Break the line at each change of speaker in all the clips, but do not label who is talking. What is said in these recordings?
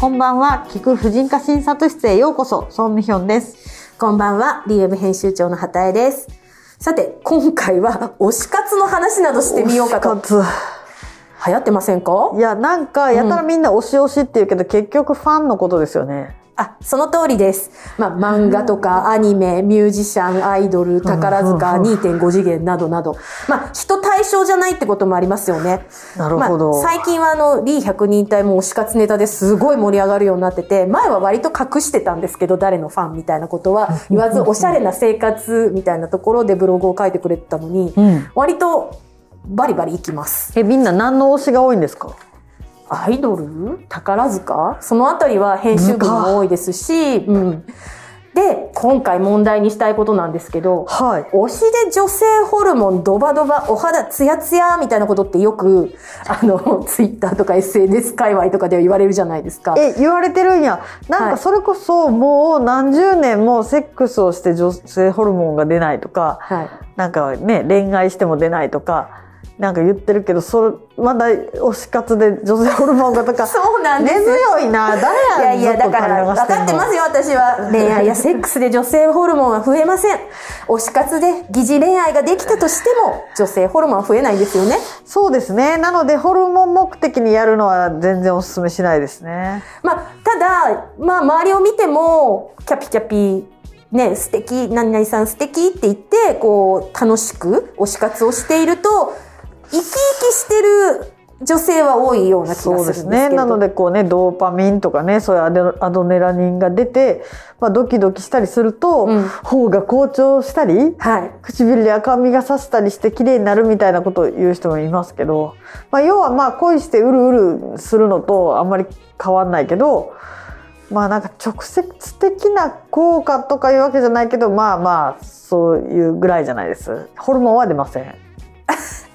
こんばんは、聞く婦人科診察室へようこそ、ソンミヒョンです。
こんばんは、DM 編集長の畑江です。さて、今回は推し活の話などしてみようかと。
と。
流行ってませんか
いや、なんか、やたらみんな推し推しって言うけど、結局ファンのことですよね。
あ、その通りです。まあ、漫画とかアニメ、ミュージシャン、アイドル、宝塚、
うん
2.5次元などなど。まあ、人対象じゃないってこともありますよね。
なるほど
まあ、最近はあの、リー100人隊も推し活ネタですごい盛り上がるようになってて、前は割と隠してたんですけど、誰のファンみたいなことは言わず、おしゃれな生活みたいなところでブログを書いてくれてたのに、
うん
割とバリバリいきます。
え、みんな何の推しが多いんですか
アイドル宝塚そのあたりは編集部も多いですし、うん。で、今回問題にしたいことなんですけど、
はい。
推しで女性ホルモンドバドバ、お肌ツヤツヤみたいなことってよく、あの、ツイッターとか SNS 界隈とかでは言われるじゃないですか。
え、言われてるんや。なん
は
か
い
それこそもう何十年もセックスをして女性ホルモンが出ないとか、
はい。
なんかね、恋愛しても出ないとか、なんか言ってるけど、それ、まだ推し活で女性ホルモンが とか、
そうなん
根
です
強いな、
い
誰
や
や
いや、
ずっ
だ
と
から、
垂れ流
分
してんの
かってますよ、私は。恋愛やセックスで女性ホルモンは増えません。推し活で疑似恋愛ができたとしても、女性ホルモンは増えないんですよね。
そうですね。なので、ホルモン目的にやるのは全然お勧めしないですね。
まあ、ただ、まあ、周りを見ても、キャピキャピ、ね、素敵、何々さん素敵って言って、こう、楽しく推し活をしていると、生き生きしてる女性は多いような気がす
そ
るん
う
で
ですす
けれ
ね。
ど。
なので、こうね、ドーパミンとかね、そういうアデノアドネラニンが出て、まあ、ドキドキしたりすると、
うん
頬が好調したり、
はい。
唇に赤みがさしたりして綺麗になるみたいなことを言う人もいますけど、まあ、要はまあ恋してうるうるするのとあんまり変わんないけど、まあなんか直接的な効果とかいうわけじゃないけど、まあまあそういうぐらいじゃないです。ホルモンは出ません。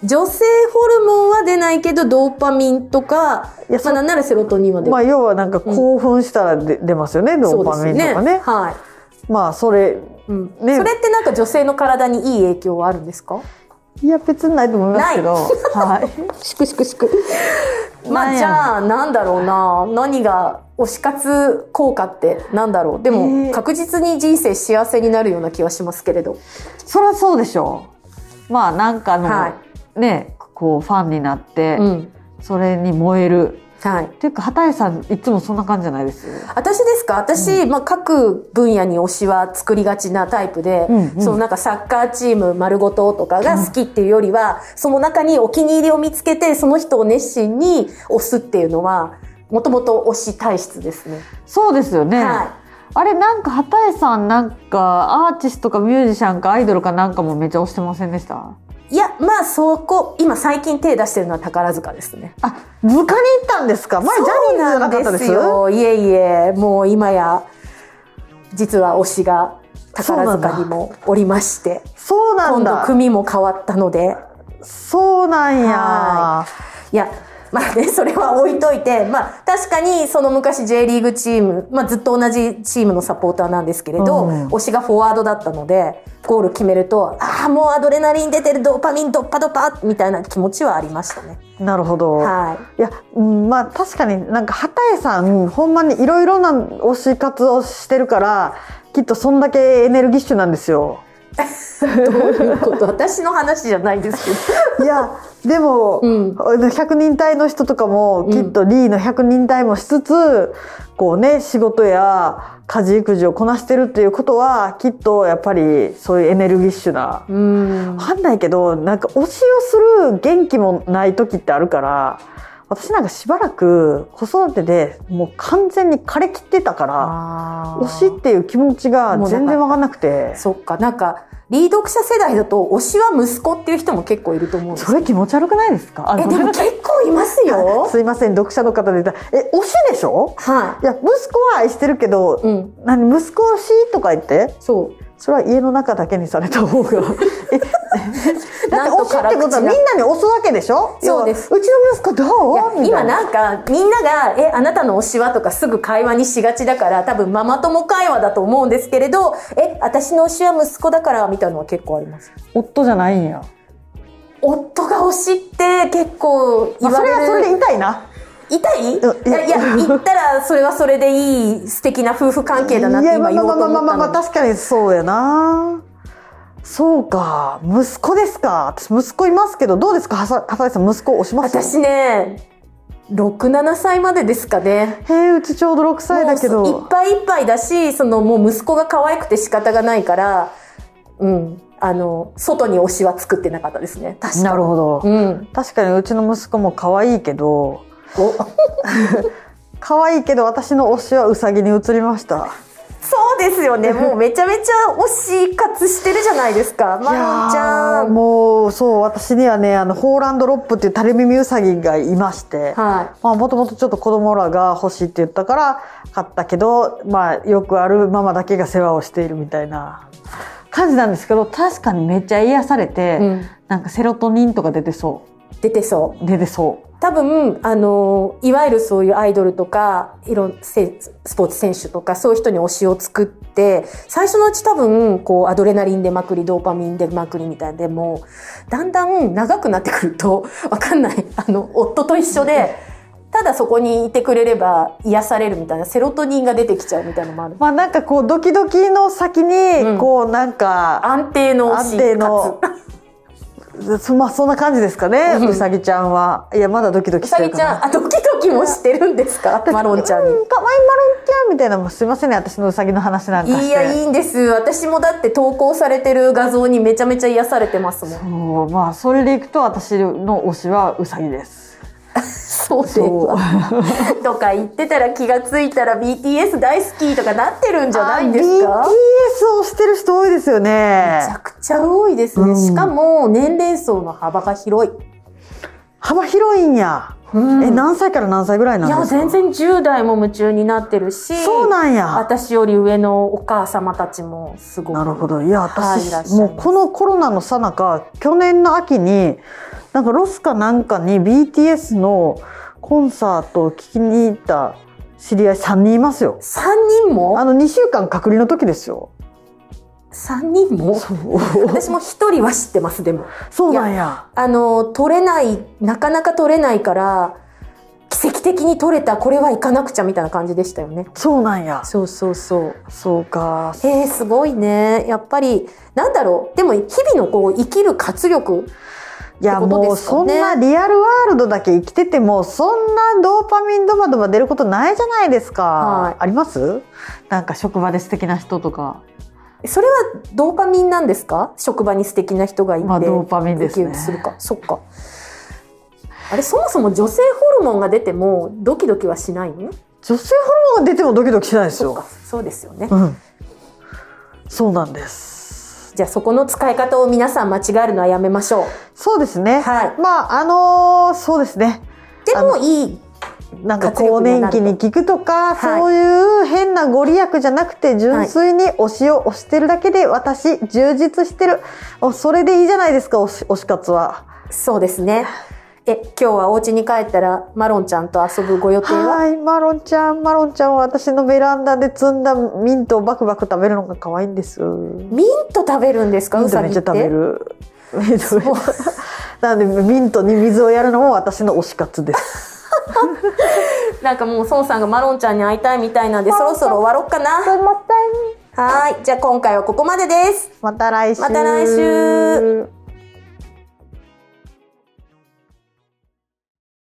女性ホルモンは出ないけど、ドーパミンとか、
いや
まあ、なんならセロトニンは出る。
まあ要はなんか興奮したらで出ますよね、ド
そう
ー
で
パ
す
ミンとかね。
はい。
まあそれ、
うん
ね
それってなんか女性の体にいい影響はあるんですか
いや別にないと思いますけど、 はい。
シクシクシク。
な
ま
ん
あ
や
じゃあなんだろうな何が推し活効果ってなんだろうで
えー
も確実に人生幸せになるような気はしますけれど
そりゃそうでしょうまあなんかの、
は
ねこうファンになって、
うん
それに燃える
はい
っていうか畑井さんいつもそんな感じじゃないです
私ですか私、まあ、各分野に推しは作りがちなタイプで、
うんうん
そのなんかサッカーチーム丸ごととかが好きっていうよりは、その中にお気に入りを見つけてその人を熱心に推すっていうのはもともと推し体質ですね。
そうですよね、
はい
あれなんか畑井さんなんかアーティストかミュージシャンかアイドルかなんかもめっちゃ推してませんでした
いや、まあそこ、今最近手出してるのは宝塚ですね。
あ部下に行ったんですか前ジャニーズじゃなかったです
そうなんですよ。いえいえ、もう今や、実は推しが
そ
宝
うなんだ
塚にもおりまして、
そうなん
今度
だ
組も変わったので、
そうなんや
はいいや、まあね、 それは置いといて、まあ確かにその昔 J リーグチーム、まあずっと同じチームのサポーターなんですけれど、
うん
推しがフォワードだったので、ゴール決めると、ああ、もうアドレナリン出てる、ドーパミン、ドッパドパみたいな気持ちはありましたね。
なるほど、
はい。
いや、うん、まあ確かになんか畑井さんほんまにいろいろな推し活をしてるからきっとそんだけエネルギッシュなんですよ。
どういうこと私の話じゃないんですけど。
いやでも、
うん
あの100人隊の人とかもきっとリーの100人隊もしつつ、こうね仕事や家事育児をこなしてるっていうことはきっとやっぱりそういうエネルギッシュな。
うん
わ。かんないけどなんか推しをする元気もない時ってあるから私なんかしばらく子育てでもう完全に枯れきってたから
あー
推しっていう気持ちが全然わかんなくて
そっか、なんか、リード者世代だと、推しは息子っていう人も結構いると思うんです
それ気持ち悪くないですかあ
え、で
ごめん
も
な
結
さい
構いますよ。
すいません読者の方で言ったらえ推しでしょ
はい
や息子は愛してるけど、
い。うん。
何息子推しとか言って
そ
それは家の中だけにされた方 がえ
う。
だって
なん
推しってことはみんな
辛口
に推すわけでしょ
そうです
要はうちの息子どう
ない
みた
や今
いな
なんかみんなが「えあなたの推しは?」とかすぐ会話にしがちだから多分ママ友会話だと思うんですけれど「え私の推しは息子だから」みたいなのは結構あります
夫じゃないんや。
夫が推しって結構
ま
言
あ、
わ
そ
れ
れ
る、
はそれで痛いな。
痛いい
うんいや
やいや言ったらそれはそれでいい素敵な夫婦関係だなって今言おうと思ったの
いやまあまあまあまあまあ確かにそうやなそうか息子ですか私息子いますけどどうですかはさ笠井さん息子押します
私ね67歳までですかね
へえうちちょうど6歳だけど
もういっぱいいっぱいだしそのもう息子が可愛くて仕方がないからうんあの外に推しは作ってなかったですね確かに
なるほど、
うん
確かにうちの息子も可愛いけど
お
可愛いけど私の推しはウサギに移りました
そうですよ ねもうめちゃめちゃ推し活してるじゃないですかま
い
ゆみちゃ
やー
ん
もうそう私にはねあのホーランドロップっていう垂れ耳ウサギがいまして、
は
まあ、もともとちょっと子供らが欲しいって言ったから買ったけど、まあ、よくあるママだけが世話をしているみたいな感じなんですけど確かにめっちゃ癒されて、
い、うん、
なんかセロトニンとか出てそ
出てそう
う出てそう
多分あのいわゆるそういうアイドルとかいろんせスポーツ選手とかそういう人に推しを作って最初のうち多分こうアドレナリンでまくりドーパミンでまくりみたいなでもうだんだん長くなってくると わかんないあの夫と一緒でただそこにいてくれれば癒されるみたいなセロトニンが出てきちゃうみたいなのもある
まあなんかこうドキドキの先に、
うん
こうなんか
安定の推し
安定のそまあそんな感じですかね、
うん
うさぎちゃんはいやまだドキド
う
キし
さ
て
ぎ
るか
ち
な
ゃんあドキドキもしてるんですか マロンちゃんに
うん、かわいいマロンちゃんみたいなもうすいませんね私のうさぎの話なんかして
いやいいんです私もだって投稿されてる画像にめちゃめちゃ癒されてますもん
そうまあそれでいくと私の推しはうさぎです
そうで
そう
とか言ってたら気がついたら BTS 大好きとかなってるんじゃないんです
あ
か
BTS をしてる人多いですよね
めちゃくちゃ多いです
う
ね、
ん
しかも年齢層の幅が広い、
幅広いんや、え何歳から何歳ぐらいないん
や
ですか
全然10代も夢中になってるし
そうなんや
私より上のお母様たちもすごく
なるほどいや
はいい
私、
らっしゃいます
もうこのコロナのさなか去年の秋になんかロスかなんかに BTS のコンサートを聞きに行った知り合い3人いますよ
3人も
あの2週間隔離の時ですよ
3人も私も1人は知ってますでも
そうなんや
あの取れないなかなか取れないから奇跡的に取れたこれは行かなくちゃみたいな感じでしたよね
そうなんや
そうそうそう
そうか
えー、すごいねやっぱりなんだろうでも日々のこう生きる活力
いや
ってこと
も
で
う
すか
そん
ね
なリアルワールドだけ生きててもそんなドーパミンドバドバ出ることないじゃないですか、
はい
ありますなんか職場で素敵な人とか
それはドーパミンなんですか職場に素敵な人がいて、
まあドーパミンですね
ウキウキするかそっかあれそもそも女性ホルモンが出てもドキドキはしないの
女性ホルモンが出てもドキドキしないです
そっ
よ
かそうですよね
うんそうなんです
じゃあそこの使い方を皆さん間違えるのはやめましょう
そうですね、
はい
まああのーそうですね
でもいい
なんか
活力
更
に
年
なると
期に効くとか、
はい
そういう変なご利益じゃなくて純粋に推しを推してるだけで私充実してるおそれでいいじゃないですか推し推し活は。
そうですね。え、今日はお家に帰ったら、マロンちゃんと遊ぶご予定は
はい、マロンちゃん、マロンちゃんは私のベランダで摘んだミントをバクバク食べるのが可愛いんです。ミ
ミント食べるんですかウ
ント
サ
め
ギ
っ
っ
ちゃ
て。
食べる。ミントめっち
そう
ゃなんでミントに水をやるのも私の推し活です。
なんかもう、孫さんがマロンちゃんに会いたいみたいなんで、そろそろ終わろっかな。
また
はーい。じゃあ今回はここまでです。
また来週。
また来週。